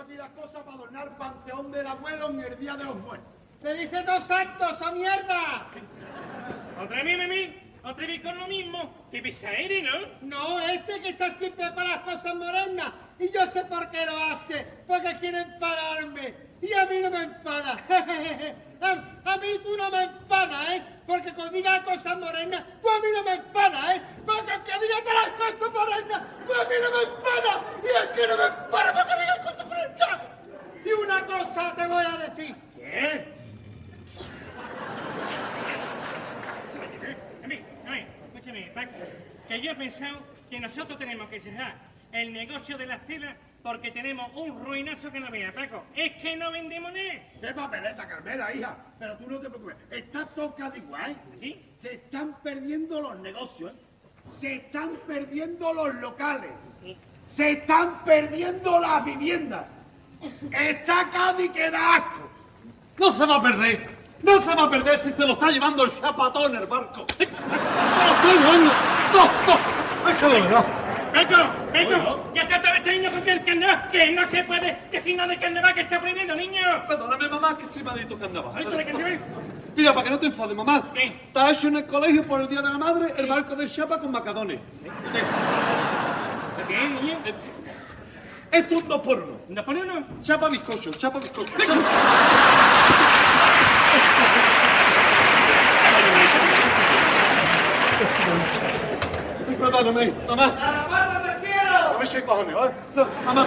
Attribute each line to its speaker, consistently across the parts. Speaker 1: aquí las cosas para adornar panteón del abuelo en el día de los muertos.
Speaker 2: ¡Te dice dos actos, a mierda!
Speaker 3: Otra vez, mami, otra vez con lo mismo. Te eres, ¿no?
Speaker 2: No, este que está siempre para las cosas modernas. Y yo sé por qué lo hace. Porque quiere enfadarme. Y a mí no me enfada. A, a mí tú no me enfadas, ¿eh? Porque cuando digas cosas morenas, tú a mí no me enfadas, ¿eh? Porque aunque digas todas las cosas morenas, tú a mí no me enfadas. Y es que no me enfada porque digas cosas morenas. Y una cosa te voy a decir.
Speaker 1: ¿Qué?
Speaker 3: A ver, a ver, escúchame, Paco, que yo he pensado que nosotros tenemos que cerrar el negocio de las telas porque tenemos un ruinazo que no vea, Paco. Es que no vendemos nada.
Speaker 1: ¡Qué papeleta, Carmela, hija! Pero tú no te preocupes. Está toca de igual.
Speaker 3: ¿Sí?
Speaker 1: Se están perdiendo los negocios. Se están perdiendo los locales. Se están perdiendo las viviendas. Está Cádiz que da asco.
Speaker 4: No se va a perder. No se va a perder si se lo está llevando el chapatón el barco. Se lo está llevando. No, no. Es que de verdad.
Speaker 3: Paco, Paco, ya está otra vez teniendo con el carnaval, que no se puede, que si no de carnaval que está prohibiendo, niño.
Speaker 4: Perdóname, mamá, que estoy malito que andaba.
Speaker 3: Ahorita de carnaval.
Speaker 4: Mira, para que no te enfades, mamá.
Speaker 3: ¿Qué?
Speaker 4: Te has hecho en el colegio por el Día de la Madre el barco de chapa con macadones.
Speaker 3: ¿Qué, niño?
Speaker 4: Esto es un dos por uno.
Speaker 3: ¿Nos pone uno?
Speaker 4: Chapa bizcocho, chapa bizcocho. Perdóname, mamá.
Speaker 1: ¡Carapato, te quiero!
Speaker 4: A ver si hay cojones, ¿vale? No, mamá,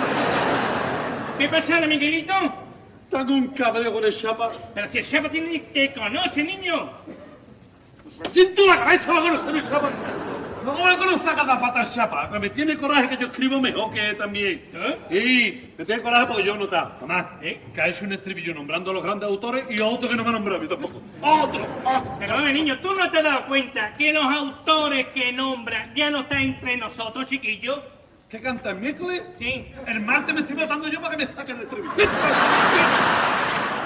Speaker 3: ¿Qué pasa, Miguelito?
Speaker 4: tengo un cabreo con el chapa.
Speaker 3: Pero si el chapa tiene que conoce, niño.
Speaker 4: ¿Quién tú la cabeza va a conocer mi chapa? No me conoce a cada pata el chapa. que Me tiene coraje que yo escribo mejor que él también.
Speaker 3: ¿Eh?
Speaker 4: Sí, me tiene coraje porque yo no está. Mamá,
Speaker 3: ¿Eh?
Speaker 4: que ha hecho un estribillo nombrando a los grandes autores y a otro que no me ha nombrado a mí tampoco. ¡Otro! otro.
Speaker 3: Pero vamos, niño, ¿tú no te has dado cuenta que los autores que nombra ya no están entre nosotros, chiquillo?
Speaker 4: ¿Qué canta el miércoles?
Speaker 3: Sí.
Speaker 4: El martes me estoy matando yo para que me saquen el estribillo.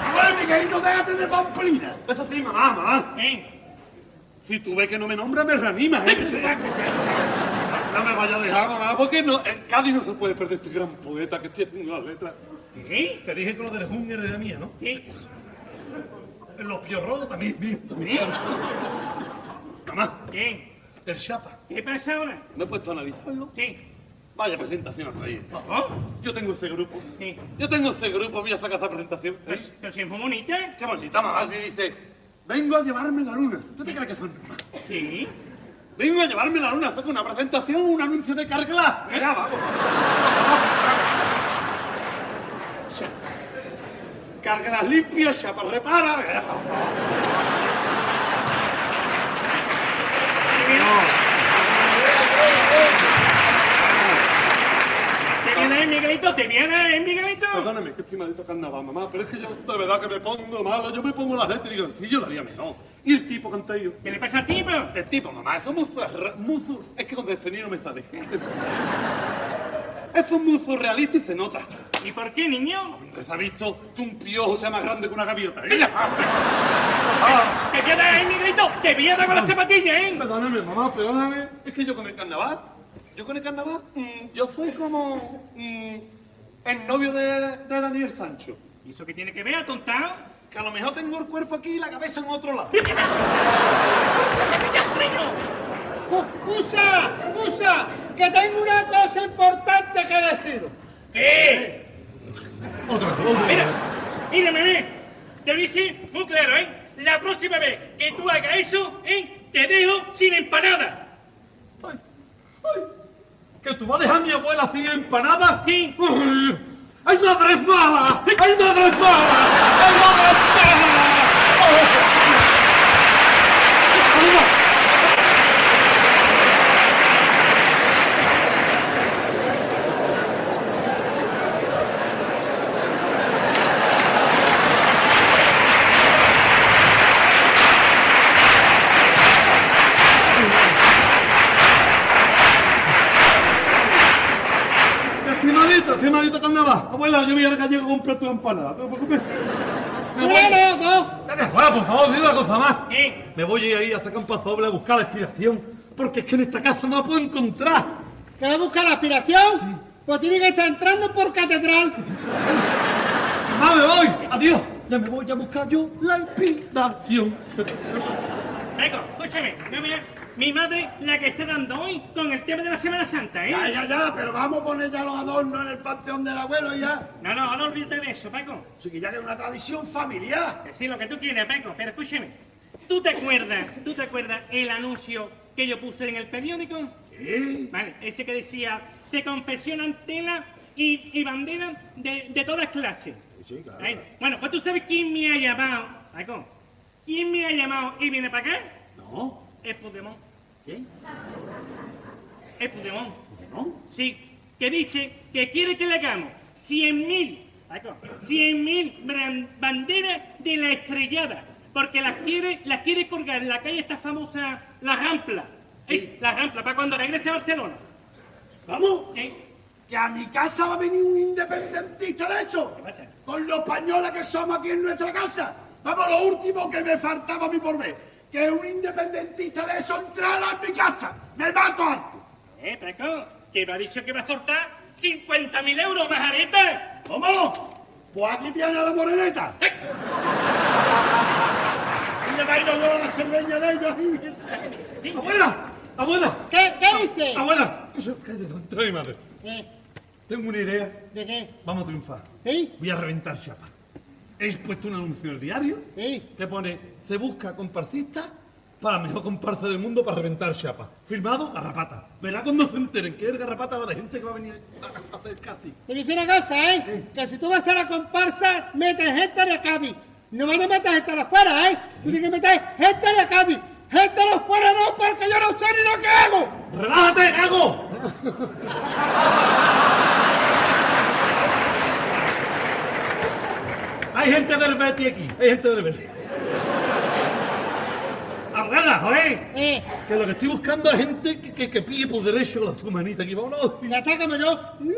Speaker 1: ¡Abuelo, Miguelito, déjate de pamplina!
Speaker 4: Eso sí, mamá, mamá.
Speaker 3: ¿Eh?
Speaker 4: Si tú ves que no me nombra, me reanima, ¿eh? No me vaya a dejar, mamá, porque no, en Cádiz no se puede perder este gran poeta que estoy haciendo las letras.
Speaker 3: ¿Sí?
Speaker 4: Te dije que lo del Hunger era mía, ¿no?
Speaker 3: ¿Sí?
Speaker 4: Los piorros también, bien, también.
Speaker 3: ¿Eh?
Speaker 4: Mamá,
Speaker 3: ¿Qué?
Speaker 4: el Chapa.
Speaker 3: ¿Qué pasa ahora?
Speaker 4: Me he puesto a analizarlo.
Speaker 3: ¿Qué?
Speaker 4: Vaya presentación, Reyes.
Speaker 3: ¿Oh?
Speaker 4: Yo tengo ese grupo.
Speaker 3: Sí. Pues,
Speaker 4: Yo tengo ese grupo, voy a sacar esa presentación. ¿eh?
Speaker 3: Pero si es muy bonita.
Speaker 4: Qué bonita, mamá, si dice, vengo a llevarme la luna. ¿Tú te crees que son normal?
Speaker 3: Sí.
Speaker 4: Vengo a llevarme la luna, saco una presentación, un anuncio de carglass.
Speaker 1: ¿Eh?
Speaker 4: Mira, vamos. Carglass limpia, chapa repara. venga, vamos.
Speaker 3: ¿Te viene, Miguelito? ¿Te viene, Miguelito?
Speaker 4: Perdóname, que estoy maldito carnaval, mamá, pero es que yo de verdad que me pongo malo. Yo me pongo las letras y digo, sí, yo lo haría mejor. Y el tipo canta yo.
Speaker 3: ¿Qué le pasa al tipo?
Speaker 4: El tipo, mamá, eso es muy zurra- muy zur- Es que con definir no me sale. Eso es muy surrealista y se nota.
Speaker 3: ¿Y por qué, niño?
Speaker 4: Hombre, Se ha visto que un piojo sea más grande que una gaviota. Ah, Mira,
Speaker 3: ¿Te queda ahí, Miguelito? ¡Te viene con las zapatillas, eh!
Speaker 4: Perdóname, mamá, perdóname. Es que yo con el carnaval, yo con el carnaval, mm, yo soy como mm, el novio de, de Daniel Sancho.
Speaker 3: ¿Y eso qué tiene que ver, atontado?
Speaker 4: Que a lo mejor tengo el cuerpo aquí y la cabeza en otro lado.
Speaker 3: ¡Niño!
Speaker 2: U- ¡Usa! ¡Usa! Que tengo una cosa importante que decir.
Speaker 3: ¿Qué?
Speaker 4: ¡Eh! Otra cosa.
Speaker 3: Mira, mira, bebé. Te lo hice muy claro, ¿eh? La próxima vez que tú hagas eso, ¿eh? Te dejo sin empanada.
Speaker 4: Ay, ay, ¿Que tú vas a dejar a mi abuela sin empanada?
Speaker 3: Sí.
Speaker 4: Ay, ¡Ay, madre mala! ¡Ay, madre mala! ¡Ay, madre mala! Estimadito, estimadito carnaval. Abuela, yo voy al gallego a comprar tu empanada. ¿Te preocupes? Me voy.
Speaker 2: ¡Claro, no!
Speaker 4: Dale, afuera, por favor, dime una cosa más.
Speaker 3: ¿Qué?
Speaker 4: Me voy a ir ahí a sacar un paso doble a buscar la inspiración, porque es que en esta casa no la puedo encontrar.
Speaker 2: ¿Que busca la aspiración? Pues tiene que estar entrando por catedral.
Speaker 4: ¡Ah, me voy! ¡Adiós! Ya me voy a buscar yo la inspiración.
Speaker 3: Paco, escúchame, no veas mi madre la que está dando hoy con el tema de la Semana Santa, ¿eh?
Speaker 1: Ya, ya, ya, pero vamos a poner ya los adornos en el panteón del abuelo y ya.
Speaker 3: No, no, no olvides de eso, Paco.
Speaker 1: Así que ya que es una tradición familiar.
Speaker 3: Que sí, lo que tú quieras, Paco, pero escúchame. ¿Tú te acuerdas, tú te acuerdas el anuncio que yo puse en el periódico?
Speaker 1: Sí.
Speaker 3: Vale, ese que decía, se confeccionan tela y, y bandera de, de todas clases.
Speaker 1: Sí, claro.
Speaker 3: Ahí. Bueno, pues tú sabes quién me ha llamado, Paco. ¿Quién me ha llamado y viene para acá?
Speaker 1: ¿No?
Speaker 3: Es Puigdemont.
Speaker 1: ¿Qué?
Speaker 3: Es Puigdemont.
Speaker 1: ¿No?
Speaker 3: Sí. Que dice que quiere que le hagamos 100.000, Paco, 100.000 bran- banderas de la estrellada. Porque las quiere, las quiere colgar en la calle esta famosa La Rampla. Sí, La Rampla, para cuando regrese a Barcelona.
Speaker 1: ¿Vamos?
Speaker 3: ¿Eh?
Speaker 1: Que a mi casa va a venir un independentista de eso.
Speaker 3: ¿Qué pasa?
Speaker 1: Con los españoles que somos aquí en nuestra casa. Vamos, lo último que me faltaba a mí por ver. Que un independentista de eso entrara en mi casa. Me mato antes.
Speaker 3: ¿Eh, Paco? Que me ha dicho que va a soltar 50.000 euros, majareta.
Speaker 1: ¿Cómo? Pues aquí tiene a la moreneta.
Speaker 3: ¡Eh!
Speaker 1: Ella me ha ido a la cerveza de ellos.
Speaker 4: ¡Abuela! ¡Abuela!
Speaker 2: ¿Qué, qué dice?
Speaker 4: Ah. ¡Abuela! Eso es que de donde estoy, madre.
Speaker 2: Eh,
Speaker 4: Tengo una idea.
Speaker 2: ¿De qué?
Speaker 4: Vamos a triunfar.
Speaker 2: ¿Sí?
Speaker 4: Voy a reventar chapa. He puesto un anuncio en el diario
Speaker 2: ¿Sí?
Speaker 4: que pone se busca comparsista para la mejor comparsa del mundo para reventar chapa. Firmado Garrapata. Verá cuando se enteren que es el Garrapata la de gente que va a venir a- a hacer casting.
Speaker 2: Te dice una cosa, ¿eh? Que si tú vas a la comparsa, metes gente de Cádiz. No van a meter gente de afuera, ¿eh? Tú tienes que meter gente de Cádiz. Gente de afuera no, porque yo no sé ni lo que hago.
Speaker 4: ¡Relájate, gago! Hay gente del Betty aquí, hay gente del Betty. ¡Abuela, joder!
Speaker 2: Eh,
Speaker 4: Que lo que estoy buscando es gente que, que, que pille por derecho las tu manita aquí, vámonos.
Speaker 2: y atácame yo. ¡uh!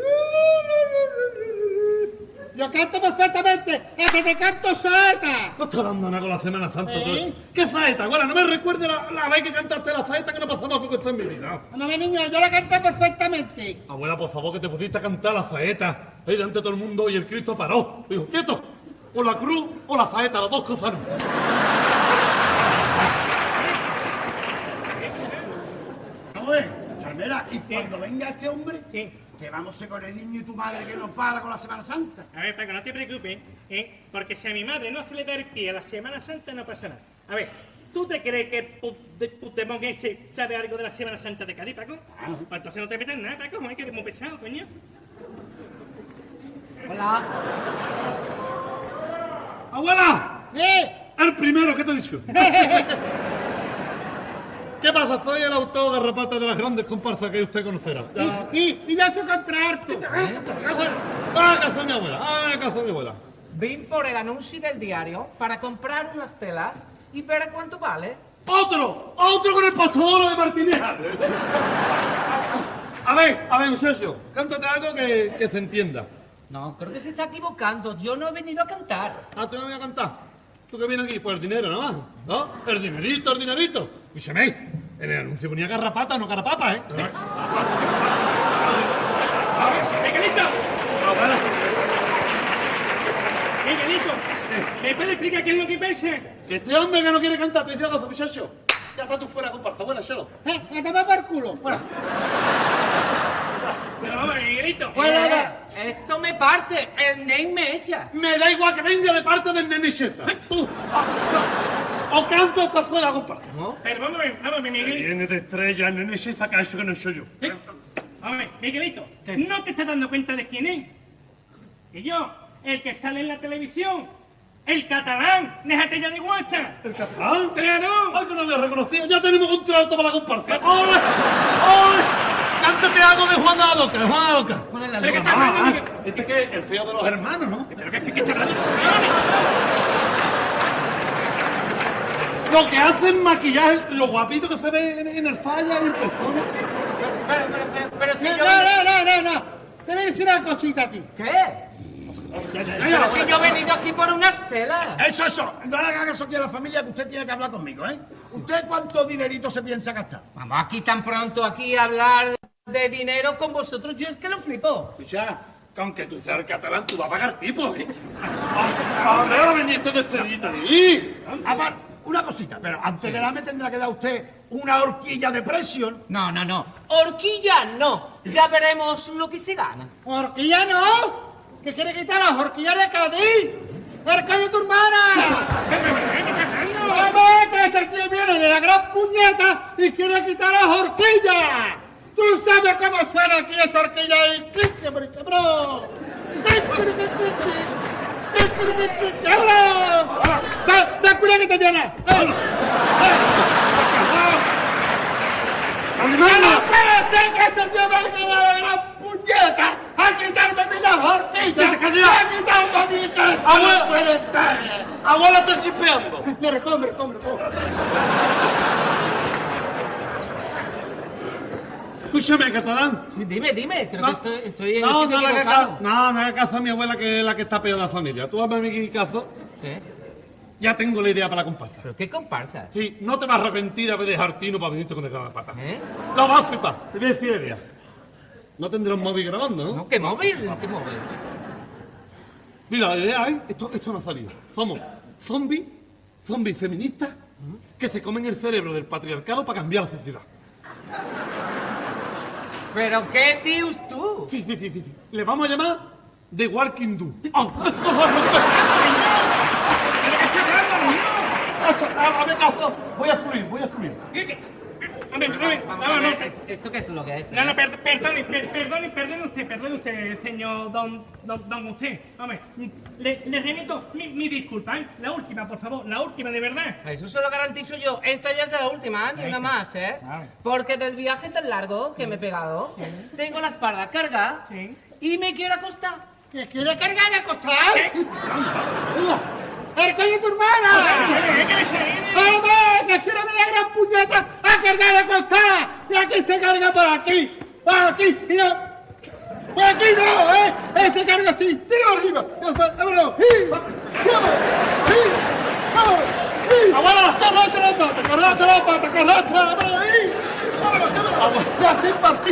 Speaker 2: Yo canto perfectamente, hasta te canto saeta.
Speaker 4: No está dando nada con la Semana Santa.
Speaker 2: ¿Eh?
Speaker 4: todo esto. ¿Qué saeta? Bueno, no me recuerde la, la vez que cantaste la saeta que no pasamos frecuencia en mi vida.
Speaker 2: Mamá mi niña, yo la canto perfectamente.
Speaker 4: Abuela, por favor, que te pusiste a cantar la saeta. Ahí delante de todo el mundo y el Cristo paró. Dijo, quieto, o la cruz o la saeta, las dos cosas no.
Speaker 1: Vamos a ver, eh, Carmela, y cuando venga este hombre,
Speaker 3: Sí.
Speaker 1: que vamos a ir con el niño y tu madre que nos para con la Semana Santa.
Speaker 3: A ver, Paco, no te preocupes, ¿eh? porque si a mi madre no se le da el pie a la Semana Santa, no pasa nada. A ver, ¿tú te crees que Pu- de Putemón ese sabe algo de la Semana Santa de Cádiz, Paco? Pues entonces no te metas nada, Paco, es que eres muy pesado, coño.
Speaker 1: Hola.
Speaker 4: ¡Abuela!
Speaker 2: ¡Eh!
Speaker 4: El primero que te he dicho. ¿Qué pasa? Soy el autor de rapata de las grandes comparsas que usted conocerá. Ya.
Speaker 2: Y, y, y yo soy contraarte.
Speaker 1: Este
Speaker 4: Ah, casa de mi abuela, ah, casa de mi abuela.
Speaker 5: Vin por el anuncio del diario para comprar unas telas y ver cuánto vale.
Speaker 4: ¡Otro! ¡Otro con el pasador de Martínez! A ver, a ver, muchacho, cántate algo que, que se entienda.
Speaker 5: No, creo que se está equivocando. Yo no he venido a cantar.
Speaker 4: Ah, tú no voy a cantar. Tú que vienes aquí por el dinero, ¿no? más, ¿No? El dinerito, el dinerito. Escúchame, en el anuncio ponía garrapata, no carapapa, ¿eh?
Speaker 3: ¡Venga, listo!
Speaker 4: Ah,
Speaker 3: ¡Venga, listo! ¿Me puedes explicar qué es lo que pesa?
Speaker 4: Que este hombre que no quiere cantar, te dice algo, muchacho. Ya está tú fuera, comparsa. Buena, chelo.
Speaker 2: ¡Eh! ¡A tomar por culo!
Speaker 3: Pero vamos, Miguelito.
Speaker 2: Fuera,
Speaker 5: Eh,
Speaker 2: la-
Speaker 5: esto me parte. El name me echa.
Speaker 4: Me da igual que venga de parte del nene Sheza. Tú. O canto hasta fuera, comparsa.
Speaker 3: Pero vamos, a ver, vamos, a ver, Miguelito.
Speaker 4: Viene de estrella, el nene Sheza, que eso que no soy yo.
Speaker 3: ¿Eh? Vamos a ver, Miguelito, ¿no te estás dando cuenta de quién es? Que yo, el que sale en la televisión, el catalán, déjate ya de guasa.
Speaker 4: ¿El catalán?
Speaker 3: ¡Claro!
Speaker 4: ¡Ay, que no me reconocido! ¡Ya tenemos contrato para la comparsa! ¡Ole! ¡Ole! ¡Cántate algo de Juana la Loca! de ¡Juana la Loca!
Speaker 5: Ponle la
Speaker 3: Pero que
Speaker 5: luz.
Speaker 3: está hablando, Miguel-
Speaker 1: ah.
Speaker 4: Este que es el feo de los hermanos, ¿no?
Speaker 3: Pero que sí que está hablando con leones.
Speaker 4: Lo que hacen maquillaje, lo guapito que se ve en, en el falla y el pezón.
Speaker 5: Pero, pero, pero, pero si
Speaker 2: No,
Speaker 5: yo...
Speaker 2: no, no, no, no. Te voy a decir una cosita a ti.
Speaker 5: ¿Qué? Pero si yo he venido aquí por unas telas.
Speaker 1: Eso, eso. No le hagas eso aquí a la familia que usted tiene que hablar conmigo, ¿eh? ¿Usted cuánto dinerito se piensa gastar?
Speaker 5: Vamos aquí tan pronto, aquí a hablar de dinero con vosotros, yo es que lo flipo.
Speaker 4: Escucha, que aunque tú seas catalán, tú vas a pagar tipos, ¿eh? Ahora va a venir este despedida de ahí.
Speaker 1: Apar- una cosita, pero antes de la me tendrá que dar usted una horquilla de precio.
Speaker 5: No, no, no. Horquilla no. Ya veremos lo que se gana.
Speaker 2: ¡Horquilla no! ¡Que quiere quitar las horquillas de Cádiz! ¡El Cádiz de tu hermana! ¡Vamos, que ese tío viene de la gran puñeta y quiere quitar las horquillas! ¡Tú sabes cómo suena aquí esa horquilla ahí! ¡Clique, brique, bro! ¡Clique, brique, clique! ¡Clique, brique, clique, bro! ¡Te- ¡Te cura que te viene! Ah, ¡Hermano, espérate que este tío viene de la gran puñeta a quitarme mis las horquillas! ¡A quitarme a mí!
Speaker 1: Abuelo.
Speaker 2: puede estar!
Speaker 1: ¡Abuela, está sipeando!
Speaker 2: Me recojo, me recojo, me recojo.
Speaker 4: Escúchame, catalán.
Speaker 5: Dime, dime. Creo
Speaker 4: No.
Speaker 5: que estoy, estoy en
Speaker 4: No,
Speaker 5: el sitio
Speaker 4: no le hagas
Speaker 5: equivocado.
Speaker 4: caso- no, no hagas caso a mi abuela, que es la que está peor de la familia. Tú hazme mi caso,
Speaker 5: ¿Eh?
Speaker 4: ya tengo la idea para la comparsa.
Speaker 5: ¿Pero qué comparsa?
Speaker 4: Sí, no te vas a arrepentir de haber dejado Tino para venirte con el garrapata.
Speaker 5: ¿Eh?
Speaker 4: Lo vas a flipar. Te voy a decir la idea. No tendrás móvil grabando, ¿no?
Speaker 5: No, qué móvil, qué móvil.
Speaker 4: Mira, la idea es, esto, esto no ha salido. Somos zombies, zombies feministas, que se comen el cerebro del patriarcado para cambiar la sociedad.
Speaker 5: ¿Pero qué tíos tú?
Speaker 4: Sí, sí, sí, sí. sí. Le vamos a llamar The Walking Do.
Speaker 1: Oh.
Speaker 4: Hazme caso, voy a fluir, voy a fluir.
Speaker 3: A ver, a ver,
Speaker 5: Vamos a
Speaker 3: no, no,
Speaker 5: ver, ¿es- ¿esto qué es lo que es? ¿eh?
Speaker 3: No, no, per- perdone, per- perdone, perdone usted, perdone usted, señor don, don, don usted. Hombre, le, le remito mi, mi disculpa, ¿eh? La última, por favor, la última, de verdad.
Speaker 5: Eso se lo garantizo yo. Esta ya es la última, ni una más, ¿eh?
Speaker 3: Vale.
Speaker 5: Porque del viaje tan largo que me he pegado, tengo la espalda carga
Speaker 3: Sí.
Speaker 5: y me quiero acostar.
Speaker 2: ¿Que quiere cargar y acostar? ¡El coño de tu hermana!
Speaker 3: ¡Eh, que me sale!
Speaker 2: ¡Hombre, que quiere ver la gran puñeta a cargar y acostar! ¡Y aquí se carga por aquí! ¡Por aquí! ¡Y no! ¡Por aquí no, eh! Eh, se carga así! ¡Tiro arriba! ¡Vámonos! ¡Sí! ¡Vámonos! ¡Sí! ¡Vámonos! ¡Sí! ¡Vámonos! ¡Que arrastre la pata! ¡Que arrastre la pata! ¡Que arrastre la pata! ¡Sí! ¡Vámonos! ¡Vámonos! ¡Y así partí!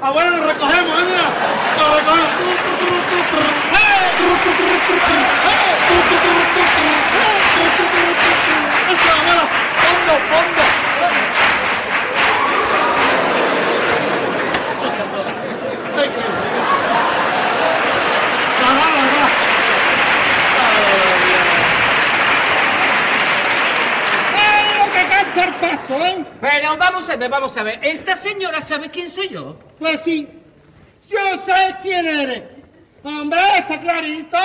Speaker 4: Abuelo, lo recogemos, ¿eh? Mira, lo recogemos.
Speaker 2: ¡Eh, lo que cansa el paso, eh!
Speaker 5: Pero vamos a ver, vamos a ver. Esta señora sabe quién soy yo.
Speaker 2: Pues sí, yo sé quién eres. Hombre, está clarito,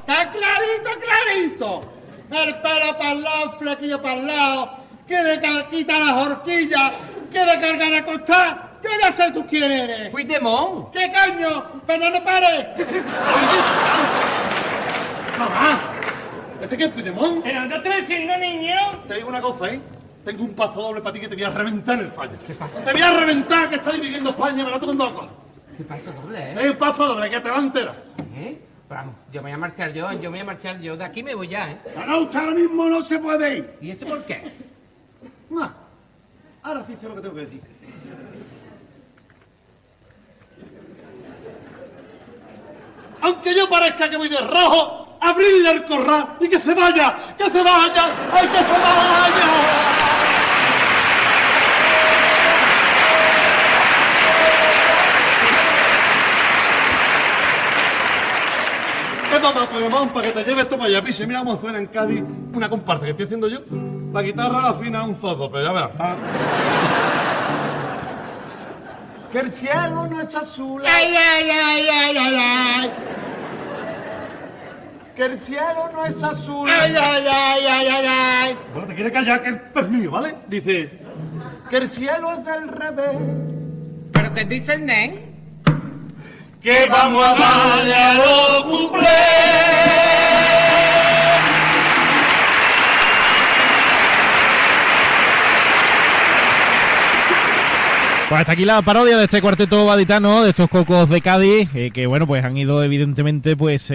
Speaker 2: está clarito, clarito. El pelo para el lado, flequillo para el lado. Quiere car- quitar las horquillas, quiere cargar a costar. ¿Qué no sé tú quién eres?
Speaker 5: Puigdemont.
Speaker 2: ¿Qué caño? Fernando Pérez.
Speaker 4: Mamá, ah. ¿este qué es Puigdemont?
Speaker 3: Pero no te lo diciendo, niño.
Speaker 4: Te digo una cosa, ¿eh? Tengo un paso doble para ti que te voy a reventar el fallo. ¿Qué pasa? Te voy a reventar que está dividiendo España, me la tocando loco.
Speaker 5: ¿Qué pasó, doble, eh?
Speaker 4: Hay un paso doble que te va entera.
Speaker 5: ¿Eh? Vamos, yo me voy a marchar yo, yo me voy a marchar yo. De aquí me voy ya, ¿eh?
Speaker 1: No, no, usted ahora mismo no se puede ir.
Speaker 5: ¿Y eso por qué?
Speaker 1: Ah, Ahora sí sé lo que tengo que decir.
Speaker 4: Aunque yo parezca que voy de rojo, abrirle el corral y que se vaya, que se vaya, ¡ay, que se vaya! Es mamá Puigdemont para que te lleves esto para allá, piche. Mira cómo suena en Cádiz una comparsa que estoy haciendo yo. La guitarra la afina un zozo, pero ya verás.
Speaker 1: Que el cielo no es azul,
Speaker 2: Ay, ay, ay, ay, ay, ay.
Speaker 1: que el cielo no es azul.
Speaker 2: Ay, ay, ay, ay, ay, ay.
Speaker 4: Bueno, te quiere callar que es mío, ¿vale? Dice,
Speaker 1: Que el cielo es del revés.
Speaker 5: ¿Pero qué dice el nen?
Speaker 4: que vamos a darle a los
Speaker 6: Pues hasta aquí la parodia de este cuarteto gaditano, de estos cocos de Cádiz, eh, que bueno, pues han ido evidentemente pues